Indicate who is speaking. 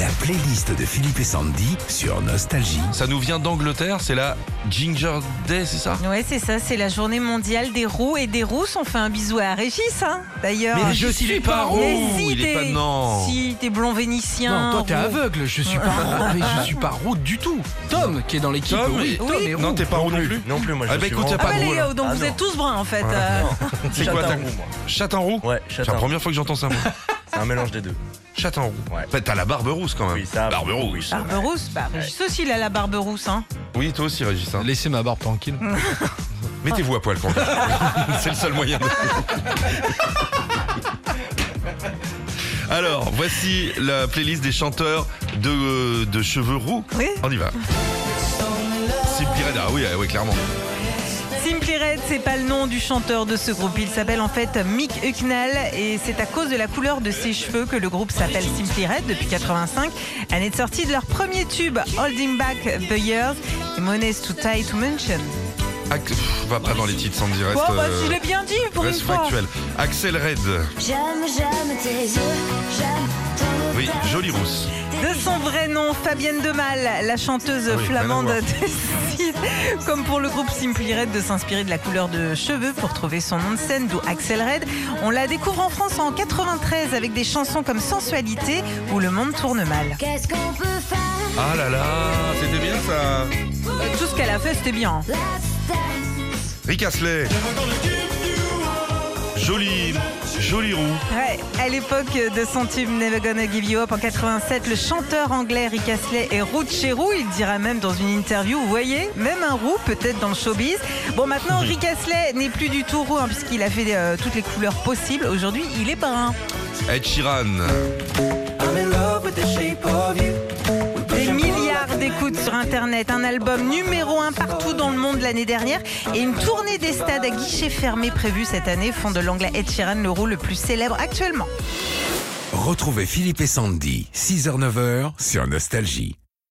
Speaker 1: La playlist de Philippe et Sandy sur Nostalgie.
Speaker 2: Ça nous vient d'Angleterre, c'est la Ginger Day, c'est ça
Speaker 3: Ouais, c'est ça, c'est la journée mondiale des roux et des rousses. On fait un bisou à Régis, hein, d'ailleurs.
Speaker 2: Mais je suis pas roux, il est
Speaker 3: t'es-
Speaker 2: pas- non.
Speaker 3: Si, t'es blond vénitien.
Speaker 4: Non, toi t'es
Speaker 3: roux.
Speaker 4: aveugle, je suis pas roux, mais je suis pas roux du tout. Tom qui est dans l'équipe,
Speaker 2: Tom,
Speaker 4: oui,
Speaker 2: et-
Speaker 4: Tom
Speaker 3: oui.
Speaker 4: est roux.
Speaker 5: Non, t'es pas roux non plus. Non plus, moi
Speaker 2: Ah bah
Speaker 5: suis
Speaker 2: écoute,
Speaker 5: vraiment-
Speaker 2: y a
Speaker 3: Ah
Speaker 2: pas
Speaker 3: bah
Speaker 2: de
Speaker 3: les
Speaker 2: roux, là.
Speaker 3: gars, donc
Speaker 5: Ah
Speaker 3: vous
Speaker 5: non.
Speaker 3: êtes tous bruns en fait. euh.
Speaker 2: C'est quoi ta
Speaker 5: J'attends roux, moi.
Speaker 2: Chatte en roux
Speaker 5: Ouais,
Speaker 2: C'est
Speaker 5: j'attends.
Speaker 2: la première fois que j'entends ça, moi.
Speaker 5: C'est un mélange des deux.
Speaker 2: Chatte en roux.
Speaker 5: Ouais.
Speaker 2: Bah, T'as la barbe rousse quand même.
Speaker 5: Oui, ça,
Speaker 2: barbe
Speaker 5: oui.
Speaker 2: rousse.
Speaker 3: Barbe rousse, bah Régis aussi, il a la barbe rousse, hein.
Speaker 2: Oui, toi aussi, Régis. hein.
Speaker 4: Laissez ma barbe tranquille.
Speaker 2: Mettez-vous à poil quand même. C'est le seul moyen. de- Alors, voici la playlist des chanteurs de, de cheveux roux.
Speaker 3: Oui.
Speaker 2: On y va. Simply Red, ah oui, ah oui, clairement.
Speaker 3: Simply Red, c'est pas le nom du chanteur de ce groupe. Il s'appelle en fait Mick Hucknall et c'est à cause de la couleur de ses cheveux que le groupe s'appelle Simply Red depuis 85. Année de sortie de leur premier tube, Holding Back the Years et Money's Too Tight to Mention.
Speaker 2: Ac- Ah, pff, va pas dans les titres, Sandy. Reste,
Speaker 3: Bon, bah,
Speaker 2: euh,
Speaker 3: si je l'ai bien dit pour une
Speaker 2: reste
Speaker 3: fois.
Speaker 2: factuel. Axel Red.
Speaker 6: J'aime, j'aime tes yeux, j'aime ton
Speaker 2: Oui, jolie rousse.
Speaker 3: De son vrai nom, Fabienne Demal, la chanteuse
Speaker 2: oui,
Speaker 3: flamande
Speaker 2: rien à
Speaker 3: décide, comme pour le groupe Simply Red, de s'inspirer de la couleur de cheveux pour trouver son nom de scène, d'où Axel Red. On la découvre en France en 93 avec des chansons comme Sensualité ou Le monde tourne mal.
Speaker 6: Qu'est-ce qu'on peut faire
Speaker 2: Ah là là, c'était bien ça.
Speaker 3: Euh, Tout ce qu'elle a fait, c'était bien.
Speaker 6: Let's dance.
Speaker 2: Rick Astley. Joli, joli roux.
Speaker 3: Ouais, à l'époque de son tube Never Gonna Give You Up en 87, le chanteur anglais Rick Astley est roux de chez roux. Il dira même dans une interview, vous voyez, même un roux peut-être dans le showbiz. Bon, maintenant, Rick Astley n'est plus du tout roux hein, puisqu'il a fait euh, toutes les couleurs possibles. Aujourd'hui, il est brun.
Speaker 2: Ed Sheeran.
Speaker 3: Des milliards d'écoutes sur Internet, un album numéro un partout dans le monde l'année dernière et une tournée des stades à guichets fermés prévue cette année font de l'anglais Ed Sheeran le roux le plus célèbre actuellement.
Speaker 1: Retrouvez Philippe et Sandy, 6h-9h sur Nostalgie.